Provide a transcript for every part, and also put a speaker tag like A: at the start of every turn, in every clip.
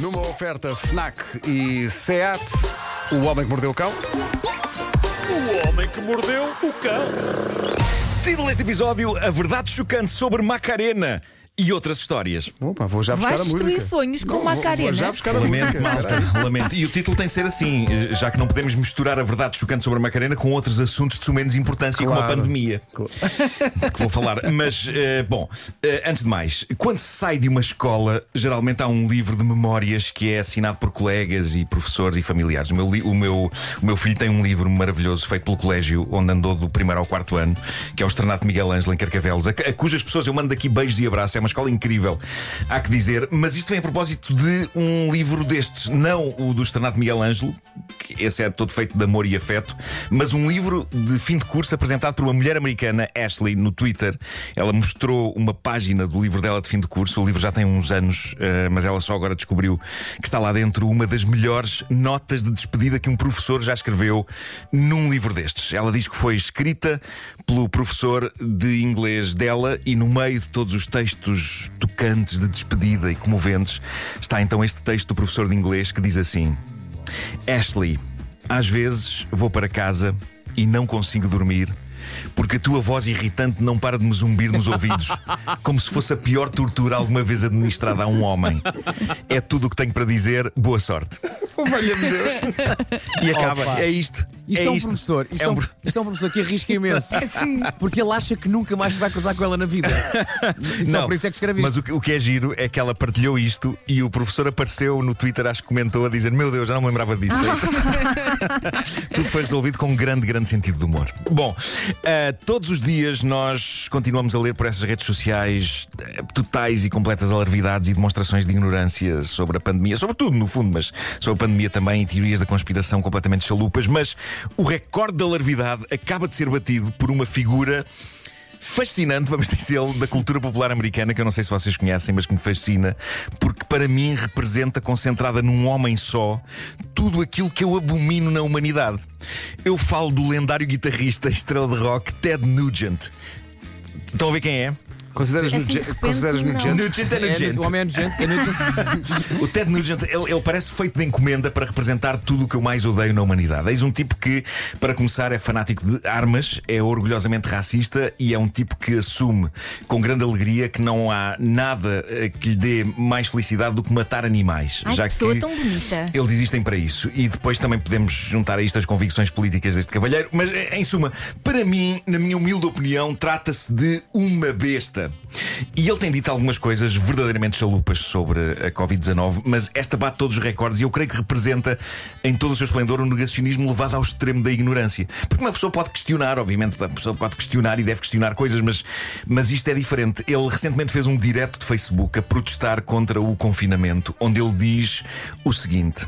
A: Numa oferta FNAC e SEAT, o homem que mordeu o cão.
B: O homem que mordeu o cão.
C: Título deste episódio: A Verdade Chocante sobre Macarena e outras histórias.
A: Opa, vou já buscar
D: Vais
A: a música.
D: destruir sonhos com
A: Não, vou-
D: Macarena.
A: Vou já buscar a
C: Lamento,
A: música.
C: malta, lamento. E o título tem de ser assim, já que não podemos misturar a verdade chocante sobre a Macarena com outros assuntos de sumenos importância, como
A: Claro.
C: a pandemia. De que vou falar. Mas, eh, bom, eh, antes de mais, quando se sai de uma escola, geralmente há um livro de memórias que é assinado por colegas e professores e familiares. O meu, li- o meu, o meu filho tem um livro maravilhoso feito pelo colégio onde andou do primeiro ao quarto ano, que é o Estrenato Miguel Ângelo em Carcavelos, a, cu- a cujas pessoas eu mando aqui beijos e abraços. É uma escola incrível, há que dizer. Mas isto vem a propósito de um livro destes, não o do Estrenato Miguel Ângelo, que esse é todo feito de amor e afeto, mas um livro de fim de curso apresentado por uma mulher americana, Ashley, no Twitter. Ela mostrou uma página do livro dela de fim de curso. O livro já tem uns anos, eh, mas ela só agora descobriu que está lá dentro uma das melhores notas de despedida que um professor já escreveu num livro destes. Ela diz que foi escrita pelo professor de inglês dela e no meio de todos os textos tocantes de despedida e comoventes está então este texto do professor de inglês que diz assim. Ashley, às vezes vou para casa e não consigo dormir porque a tua voz irritante não para de me zumbir nos ouvidos, como se fosse a pior tortura alguma vez administrada a um homem. É tudo o que tenho para dizer. Boa sorte.
A: Oh, valha-me Deus.
C: E acaba.
E: Opa.
C: É isto.
E: Isto é, um
C: isto.
E: professor, isto
C: É
E: é um,
C: um-
E: isto é um professor que arrisca imenso. Porque ele acha que nunca mais se vai cruzar com ela na vida. E Só
C: Não,
E: por isso é que escreve
C: Mas
E: isto.
C: o que, o que é giro é que ela partilhou isto e o professor apareceu no Twitter, acho que comentou a dizer: Meu Deus, já não me lembrava disso. Tudo foi resolvido com um grande, grande sentido de humor. Bom, ah, todos os dias nós continuamos a ler por essas redes sociais eh, totais e completas alarvidades e demonstrações de ignorância sobre a pandemia, sobre tudo no fundo, mas sobre a pandemia também e teorias da conspiração completamente chalupas. Mas o recorde da alarvidade acaba de ser batido por uma figura fascinante, vamos dizê-lo, da cultura popular americana, que eu não sei se vocês conhecem, mas que me fascina, porque para mim representa, concentrada num homem só, tudo aquilo que eu abomino na humanidade. Eu falo do lendário guitarrista e estrela de rock Ted Nugent. Estão a ver quem é?
A: Consideras-me
D: Assim, de
A: gente-
D: repente,
A: consideras-me
D: não.
A: gente?
C: Nugent
E: É nojento, o homem é nojento, é nojento.
C: o Ted Nugent, ele, ele parece feito de encomenda para representar tudo o que eu mais odeio na humanidade. Eis um tipo que, para começar, é fanático de armas, é orgulhosamente racista e é um tipo que assume com grande alegria que não há nada eh, que lhe dê mais felicidade do que matar animais.
D: Ai, que pessoa tão bonita.
C: Eles existem para isso. E depois também podemos juntar a isto as convicções políticas deste cavalheiro. Mas, eh, em suma, para mim, na minha humilde opinião, trata-se de uma besta. E ele tem dito algumas coisas verdadeiramente chalupas sobre a Covid-19, mas esta bate todos os recordes e eu creio que representa, em todo o seu esplendor, um negacionismo levado ao extremo da ignorância. Porque uma pessoa pode questionar, obviamente, uma pessoa pode questionar e deve questionar coisas, mas, mas isto é diferente. Ele recentemente fez um direto de Facebook a protestar contra o confinamento, onde ele diz o seguinte: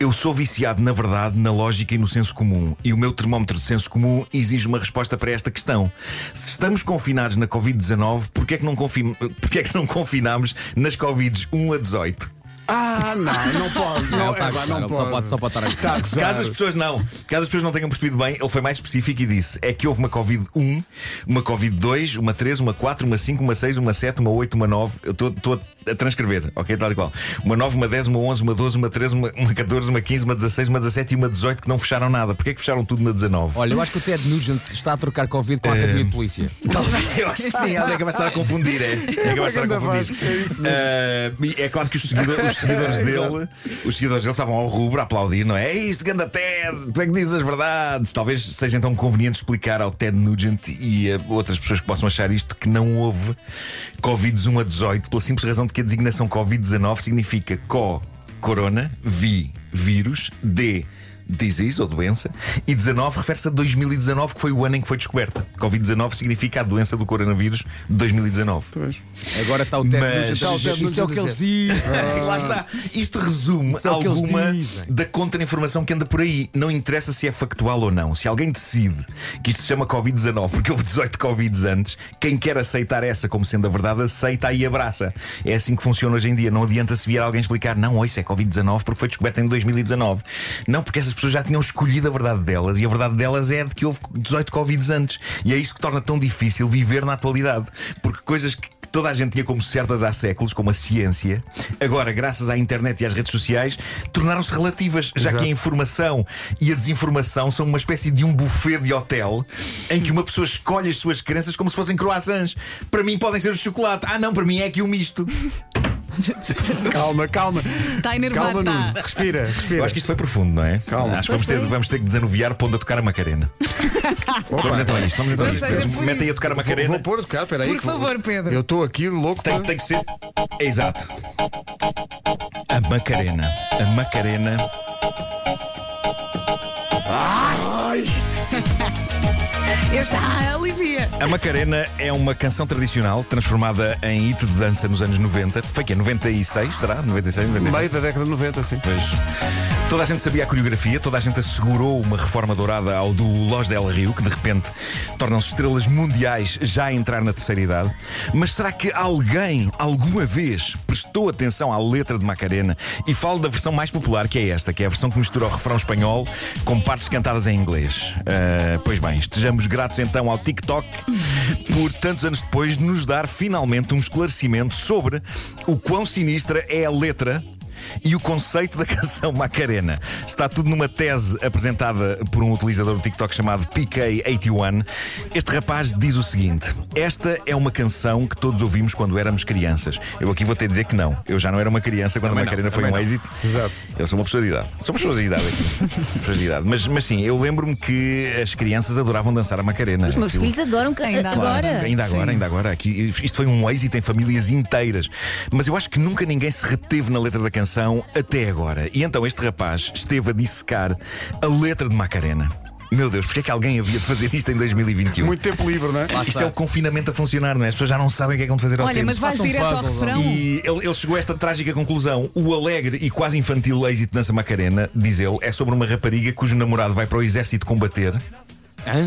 C: Eu sou viciado na verdade, na lógica e no senso comum, e o meu termómetro de senso comum exige uma resposta para esta questão. Se estamos confinados na Covid-19, porquê é que não, confin... porquê é que não confinamos nas Covid 1 a 18?
A: Ah, não, não pode. Não,
E: Não, tá a
A: é, pá,
E: gozar,
A: não
E: ele só pode- só pode estar a gozar.
A: Está a gozar.
C: Caso as pessoas não, caso as pessoas não tenham percebido bem, ele foi mais específico e disse: é que houve uma Covid-1, uma Covid-2, uma 3, uma 4, uma 5, uma 6, uma 7, uma 8, uma 9. Eu estou- estou a transcrever, ok? Tal e qual. Uma 9, uma 10, uma 11, uma 12, uma 13, uma, uma 14, uma 15, uma 16, uma 17 e uma 18 que não fecharam nada. Porquê é que fecharam tudo na 19?
E: Olha, eu acho que o Ted Nugent está a trocar Covid com a academia de polícia.
C: Talvez. Eu acho que sim, ela é que vai estar a confundir, é. É que vai estar a
A: Maganda
C: confundir.
A: Vasco, é isso mesmo.
C: Ah, e é claro que os seguidores, os seguidores dele, os seguidores dele estavam ao rubro a aplaudir, não é? É isso, ganda Ted, tu é que dizes as verdades. Talvez seja então conveniente explicar ao Ted Nugent e a outras pessoas que possam achar isto que não houve Covid 1 a 18, pela simples razão de que a designação Covid-19 significa CO, corona, VI, vírus, D, disease ou doença, e 19 refere-se a 2019, que foi o ano em que foi descoberta. Covid-19 significa a doença do coronavírus de 2019.
E: Agora está o Ted
C: Mas-
E: Nugent
C: Está
E: a
C: o
E: dizer,
A: Ted
E: Isso é o que
A: Nugent
E: eles
A: a
E: dizem.
C: Lá está. Isto resume
E: Ah. Isso é o que eles
C: alguma
E: dizem.
C: da contra-informação que anda por aí. Não interessa se é factual ou não. Se alguém decide que isto se chama Covid-19 porque houve 18 Covids antes, quem quer aceitar essa como sendo a verdade, aceita e abraça. É assim que funciona hoje em dia. Não adianta se vier alguém explicar, não, isso é Covid-19 porque foi descoberta em 2019. Não, porque essas pessoas já tinham escolhido a verdade delas e a verdade delas é de que houve 18 Covids antes. E é isso que torna tão difícil viver na atualidade. Porque coisas que que toda a gente tinha como certas há séculos, como a ciência, agora, graças à internet e às redes sociais, tornaram-se relativas, já que a informação e a desinformação são uma espécie de um buffet de hotel em que uma pessoa escolhe as suas crenças como se fossem croissants. Para mim podem ser de chocolate. Ah, não, para mim é aqui o misto.
A: Calma, calma.
D: Está a enervar,
A: Calma,
D: tá.
A: Nuno. Respira,
C: Eu
A: respira.
C: acho que isto foi profundo, não é?
A: Calma.
C: Acho que vamos ter, vamos ter que desanuviar pondo a tocar a Macarena. Vamos então a isto, vamos então a
D: Não seja
C: isto.
D: é por
C: Metem
D: isso.
C: a tocar a
A: Vou,
C: Macarena.
A: vou pôr, cara, peraí.
D: Por
A: que-
D: favor, Pedro.
A: Eu estou aqui louco
C: Tem,
A: para-
C: tem que ser. É exato. A Macarena. A Macarena.
D: Esta ah, alivia.
C: A Macarena é uma canção tradicional transformada em hit de dança nos anos 90. Foi que é 96, será? 96, 96.
A: Meio da década de 90, sim.
C: Pois. Toda a gente sabia a coreografia, toda a gente assegurou uma reforma dourada ao do Los Del Rio, que de repente tornam-se estrelas mundiais já a entrar na terceira idade. Mas será que alguém, alguma vez, prestou atenção à letra de Macarena? E falo da versão mais popular, que é esta, que é a versão que mistura o refrão espanhol com partes cantadas em inglês. Ah, pois bem, estejamos gratos então ao TikTok por tantos anos depois nos dar finalmente um esclarecimento sobre o quão sinistra é a letra e o conceito da canção Macarena está tudo numa tese apresentada por um utilizador do TikTok chamado PK81. Este rapaz diz o seguinte: Esta é uma canção que todos ouvimos quando éramos crianças. Eu aqui vou ter de dizer que não. Eu já não era uma criança quando a Macarena foi um êxito.
A: Exato.
C: Eu sou uma pessoa de idade. Sou uma pessoa de idade aqui. Pessoas de idade. Mas, mas sim, eu lembro-me que as crianças adoravam dançar a Macarena.
F: Os meus
C: Aquilo-
F: filhos adoram que
D: Ainda
F: agora.
C: Claro, ainda agora, ainda agora. Aqui, isto foi um êxito em famílias inteiras. Mas eu acho que nunca ninguém se reteve na letra da canção até agora. E então este rapaz esteve a dissecar a letra de Macarena. Meu Deus, porque é que alguém havia de fazer isto em 2021?
A: Muito tempo livre, não é?
C: isto é o confinamento a funcionar, não é? As pessoas já não sabem o que é que vão fazer ao
D: Olha,
C: tempo.
D: mas vais
E: façam
D: direto ao
E: puzzles,
D: refrão.
C: E ele, ele chegou a esta trágica conclusão. O alegre e quase infantil êxito de dança Macarena, diz ele, é sobre uma rapariga cujo namorado vai para o exército combater.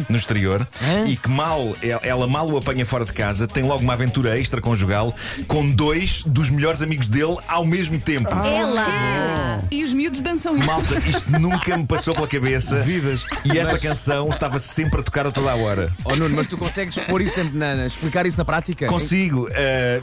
C: No exterior e que mal ela- ela mal o apanha fora de casa, tem logo uma aventura extraconjugal com dois dos melhores amigos dele ao mesmo tempo.
A: Ah.
F: Ela.
D: E os miúdos dançam isto.
C: Malta, isto nunca me passou pela cabeça.
A: É. Vidas.
C: E esta
E: Mas-
C: canção estava sempre a tocar a toda a hora.
E: Oh Nuno, mas tu consegues pôr isso em banana, explicar isso na prática?
C: Consigo, eh,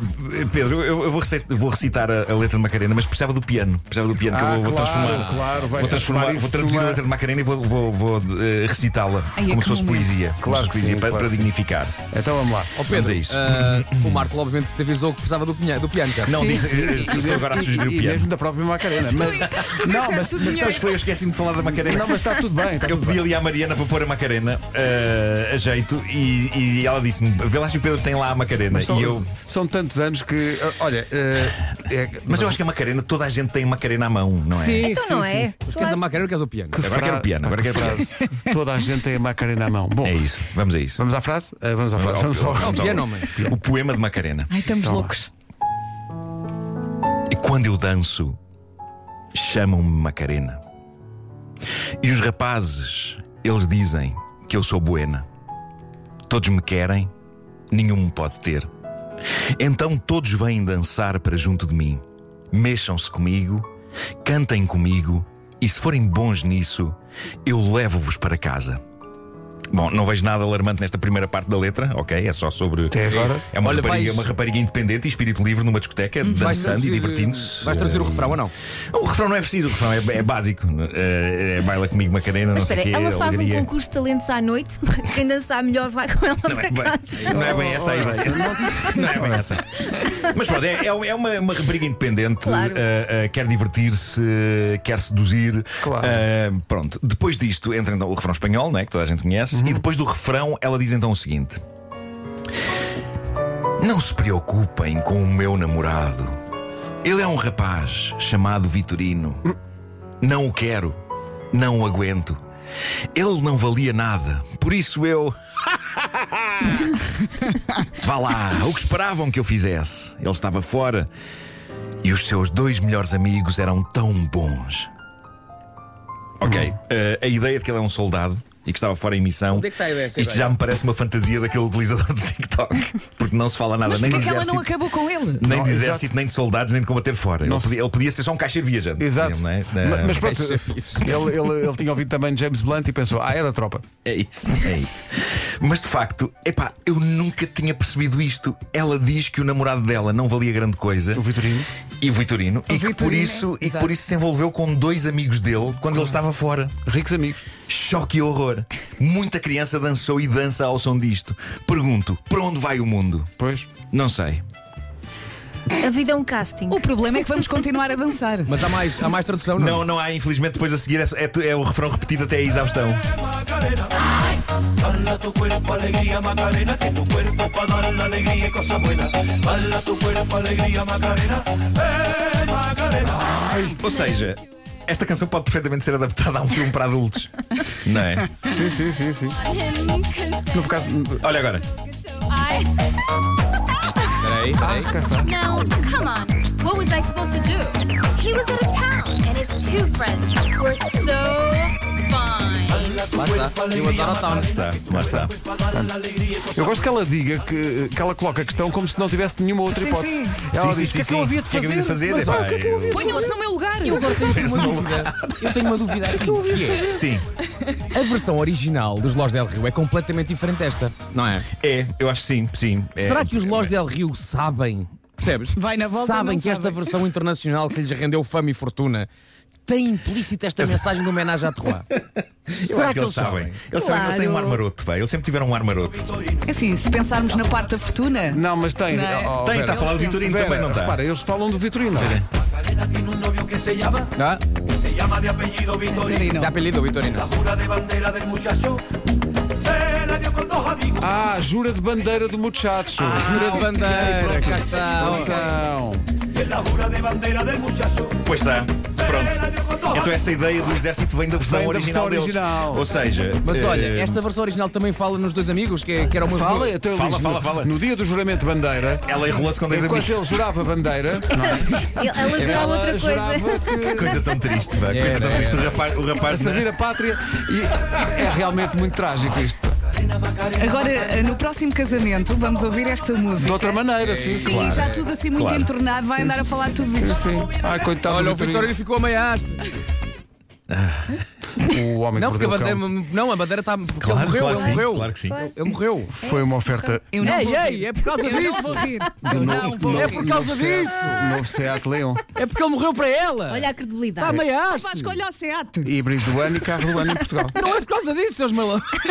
C: Pedro, eu, eu vou, receit- vou recitar a, a letra de Macarena, mas precisava do piano. Precisava do piano que
A: Ah,
C: eu vou, vou
A: claro,
C: transformar.
A: claro, vais
C: vou transformar,
A: transformar
C: vou
A: isso
C: traduzir
A: numa-
C: a letra de Macarena e vou, vou- vou, eh, recitá-la
D: Ai, é
C: como
D: que
C: se fosse
D: momento.
C: poesia. como
A: Claro
C: se fosse
A: que
C: poesia
A: sim,
C: para,
A: claro
C: para
A: que sim.
C: dignificar.
A: Então vamos lá.
E: Oh, Pedro,
C: Vamos a isso.
E: ah, o Marco obviamente te avisou que precisava do, pinha- do piano, certo?
C: Não,
A: Sim,
C: disse,
A: sim,
C: eh,
A: sim.
C: estou agora a sugerir
A: E-
C: o
A: E
C: piano.
A: mesmo da própria Macarena. Mas, Não,
D: Tu disseste
A: mas-
D: o
A: mas
D: dinheiro.
C: Ah, Depois foi, eu esqueci-me de falar da Macarena.
A: não, mas está tudo bem. Está
C: Eu
A: tudo
C: pedi
A: bem.
C: ali à Mariana para pôr a Macarena eh, a jeito e, e ela disse-me: Vê lá se o Pedro tem lá a Macarena.
A: São,
C: e eu.
A: são tantos anos que. ah, Olha. ah, é-
C: Mas eu acho que a Macarena, toda a gente tem a Macarena à mão, não é?
E: Sim,
F: Então
E: sim,
F: não
E: sim,
F: é.
E: sim. Mas queres
F: Claro.
E: a Macarena ou queres o piano?
C: Agora quero piano, agora quero piano.
A: frase. Toda a gente tem a Macarena à mão. Bom,
C: É isso, vamos a isso.
A: vamos à frase? Ah, vamos à frase. Vamos
C: Vamos
A: ao-
C: ao-
E: Não, piano, homem.
C: O poema de Macarena.
D: Ai, estamos loucos.
C: E quando eu danço, chamam-me Macarena. E os rapazes, eles dizem que eu sou buena. Todos me querem, nenhum me pode ter. Então todos vêm dançar para junto de mim. Mexam-se comigo, cantem comigo e se forem bons nisso, eu levo-vos para casa. Bom, não vejo nada alarmante nesta primeira parte da letra, ok? É só sobre.
A: Até agora.
C: É uma, rapariga,
E: Olha, vais- Uhum.
C: uma rapariga independente e espírito livre numa discoteca,
E: Vais
C: dançando e
E: traduzir,
C: divertindo-se.
E: Vais trazer o refrão ou não?
C: O refrão não é preciso, o refrão é, é básico. É, é baila comigo, Macarena,
F: Mas
C: não sei
F: espera,
C: o quê.
F: ela faz um
C: alegria.
F: concurso de talentos à noite. Quem dançar melhor vai com ela
C: Não
F: para
C: é, bem,
F: casa.
C: não é bem essa a ideia. Não é bem essa. Mas pronto, é, é- é uma, uma rapariga independente,
F: Claro.
C: eh, eh, quer divertir-se, eh, quer seduzir.
A: Claro.
C: Eh, pronto, depois disto entra então o refrão espanhol, não é? que toda a gente conhece, e depois do refrão ela diz então o seguinte: Não se preocupem com o meu namorado. Ele é um rapaz chamado Vitorino. Não o quero, não o aguento. Ele não valia nada, por isso eu. Vá lá, o que esperavam que eu fizesse? Ele estava fora e os seus dois melhores amigos eram tão bons. Ok, eh, a ideia de que ele é um soldado e que estava fora em missão.
E: Onde é que está a ideia,
C: Isto já me parece uma fantasia daquele utilizador do TikTok, porque não se fala nada
D: Mas
C: nem
D: porquê
C: de
D: que ela não
C: exército,
D: acabou com ele?
C: nem
A: Não,
C: de
A: exato.
C: exército, nem de soldados, nem de combater fora. Ele
A: se-
C: podia, ele podia ser só um caixa viajante. por
A: Exato.
C: exemplo, não é?
A: Ma-
C: Ah,
A: Mas pronto,
E: Deixa fixe.
A: ele, ele- ele tinha ouvido também James Blunt e pensou: ah, é da tropa.
C: É isso, é isso. Mas de facto, epá, eu nunca tinha percebido isto. Ela diz que o namorado dela não valia grande coisa.
A: O Vitorino.
C: E o Vitorino. e que por
D: Vitorino,
C: isso, e que
D: exato.
C: por isso se envolveu com dois amigos dele quando ele estava fora.
A: Ricos amigos.
C: Choque e horror. Muita criança dançou e dança ao som disto. Pergunto, para onde vai o mundo?
A: Pois.
C: Não sei.
F: A vida é um casting.
D: O problema é que vamos continuar a dançar.
E: Mas há mais, há mais tradução, não? é?
C: Não, não há, infelizmente, depois a seguir é, é- é o refrão repetido até a exaustão.
G: Macarena. Baila tu cuerpo alegría Macarena, que tu cuerpo para dar la alegría y cosas buenas. Baila tu cuerpo alegría Macarena, eh Macarena.
C: Ou seja, esta canção pode perfeitamente ser adaptada a um filme para adultos. Não é?
A: Sim, sim, sim, sim. No por acaso.
C: Olha agora.
H: I
E: Peraí, peraí.
H: no, come on. What was I supposed to do? He was out of town, and his two friends were so fine.
E: Lá está. He was out of town.
C: Está, lá está.
A: Eu gosto que ela diga que, que ela coloca a questão como se não tivesse nenhuma outra
D: Sim,
A: hipótese.
D: sim.
A: Ela
C: Sim,
A: diz:
C: sim,
A: o que é que eu
C: sim, sim.
A: havia de
C: O que é que
A: fazer?
C: eu havia de fazer?
A: Mas,
C: Epá,
A: olha, o que é que eu havia de
D: Ponham-se no meu lugar.
E: tenho uma dúvida. é Eu tenho uma dúvida aqui. que
C: Sim,
E: é, a versão original dos Los Del Rio é completamente diferente desta, não é?
C: é, eu acho que sim, sim. É.
E: Será que os Los Del Rio sabem? Percebes?
D: Vai na volta,
E: Sabem
D: não
E: que esta
D: sabem.
E: versão internacional que lhes rendeu fama e fortuna tem implícita esta mensagem de homenagem à Troá.
C: Eu
E: Será
C: acho que eles sabem. Eles sabem que eles
F: Claro.
C: têm um ar maroto, pá. Eles sempre tiveram um ar maroto.
D: É assim, se pensarmos na parte da fortuna.
A: Não, mas tem.
D: Não é?
A: oh, oh,
C: Tem, tá
A: Vera.
C: está a falar do Vitorino
A: Vera,
C: também, não está?
A: Repara, eles falam do Vitorino.
G: Macarena tiene un novio que se llama,
E: Ah,
G: que se llama de apellido Victorino.
D: Não.
E: dá apelido, Vitorino.
C: Ah,
G: La jura de bandera del muchacho se la dio con dos amigos.
A: Ah, jura de bandeira do muchacho.
E: Ah, Jura de bandeira, cá está.
A: Atenção.
G: La jura de bandera del muchacho
C: Pois está,
G: se la
C: pronto.
G: dio con dos
C: Então essa ideia do exército vem da versão,
A: Vem da
C: original,
A: versão
C: deles.
A: original.
C: Ou seja,
E: Mas
C: eh,
E: olha, esta versão original também fala nos dois amigos, que, que era uma.
A: Fala, até eu
C: Fala,
A: disse,
C: fala,
A: no-
C: fala.
A: No dia do juramento de bandeira,
C: ela enrolou-se com dois amigos.
A: enquanto ele jurava bandeira,
F: Ele- Ela jurava
A: ela
F: outra coisa.
A: jurava que
C: Coisa tão triste, pá. Coisa
A: É,
E: Era,
C: tão
E: era.
C: triste. O rapaz, o rapaz não-
A: servir a pátria e é realmente muito trágico isto.
D: Agora, no próximo casamento, vamos ouvir esta
A: De
D: música.
A: outra maneira, sim,
D: Sim,
A: sim.
D: já tudo assim muito
C: Claro.
D: entornado, vai andar a falar tudo disto.
A: Sim. Ai, coitado
E: Olha, o
A: do Vitorino.
E: Vitorino ficou a meia haste.
C: É
A: O homem
E: Não,
A: que
E: porque a
A: mordeu o
E: bandeira.
A: cão
E: Não, a bandeira está. Porque
C: Claro,
E: ele morreu,
C: claro que
E: ele
C: sim,
E: morreu.
C: Claro que sim.
E: Ele morreu.
A: foi uma oferta
D: Eu não
E: Ei,
D: vou
E: ei,
D: rir.
E: é por causa
D: Eu
E: disso.
D: Não vou rir. Eu não vou
E: É
D: rir.
E: por causa
A: Novo Seat-
E: disso.
A: Novo Seat Leon.
E: É porque ele morreu para ela.
C: Tá,
F: Olha a
E: Tá Está a
F: credibilidade.
E: meia haste.
D: Vasco, olha o SEAT.
A: Híbrido do ano e carro do ano em Portugal.
E: Não é por causa disso, seus malandros.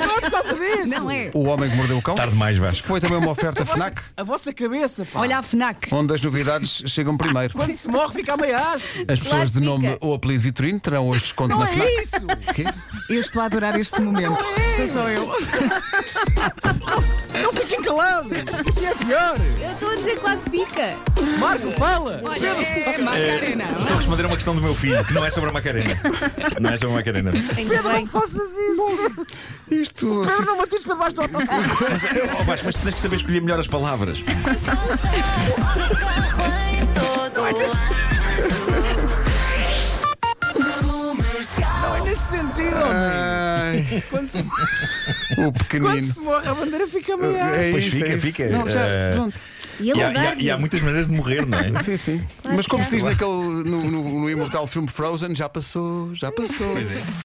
E: Não é por causa disso.
D: Não é.
A: O homem que mordeu o cão.
C: Tarde demais, Vasco.
A: Foi também uma oferta
E: A vossa,
A: FNAC,
E: a vossa cabeça, pá.
D: Olha a FNAC.
A: onde as novidades chegam primeiro.
E: Quando se morre, fica a meia haste.
A: As pessoas de
F: fica.
A: nome ou apelido Vitorino terão hoje desconto
E: Não
A: na
E: é
A: FNAC.
E: isso.
A: O quê?
D: Eu estou a adorar este momento. Sou só eu.
E: Não fiquem calados. Isso é pior.
F: Eu estou a dizer claro que fica.
E: Marco, fala.
D: Olha, é Macarena.
C: Estou a Então responder a uma questão do meu filho, que não é sobre a Macarena. Não é sobre a Macarena.
F: Ainda
E: Pedro, não
F: bem.
E: faças isso.
A: Isto.
E: Pedro, não me atires para baixo do autocarro.
C: Oh, Vasco, mas tu tens que saber escolher melhor as palavras.
E: Não é nesse sentido, homem.
A: Ai,
E: Quando se,
A: o
E: quando
A: pequenino.
E: se morre, a bandeira fica a meia haste.
A: É
C: Pois
A: isso,
C: fica,
A: é isso.
C: fica.
A: Não, já,
C: Eh,
A: pronto. é
F: E ele
C: E há, e há-
F: adora.
C: e há muitas maneiras de morrer, não é?
A: Sim, sim.
F: Claro
A: Mas como
F: que
A: se diz
F: é.
A: naquele, no, no, no imortal filme Frozen, já passou, já passou.
C: Pois é.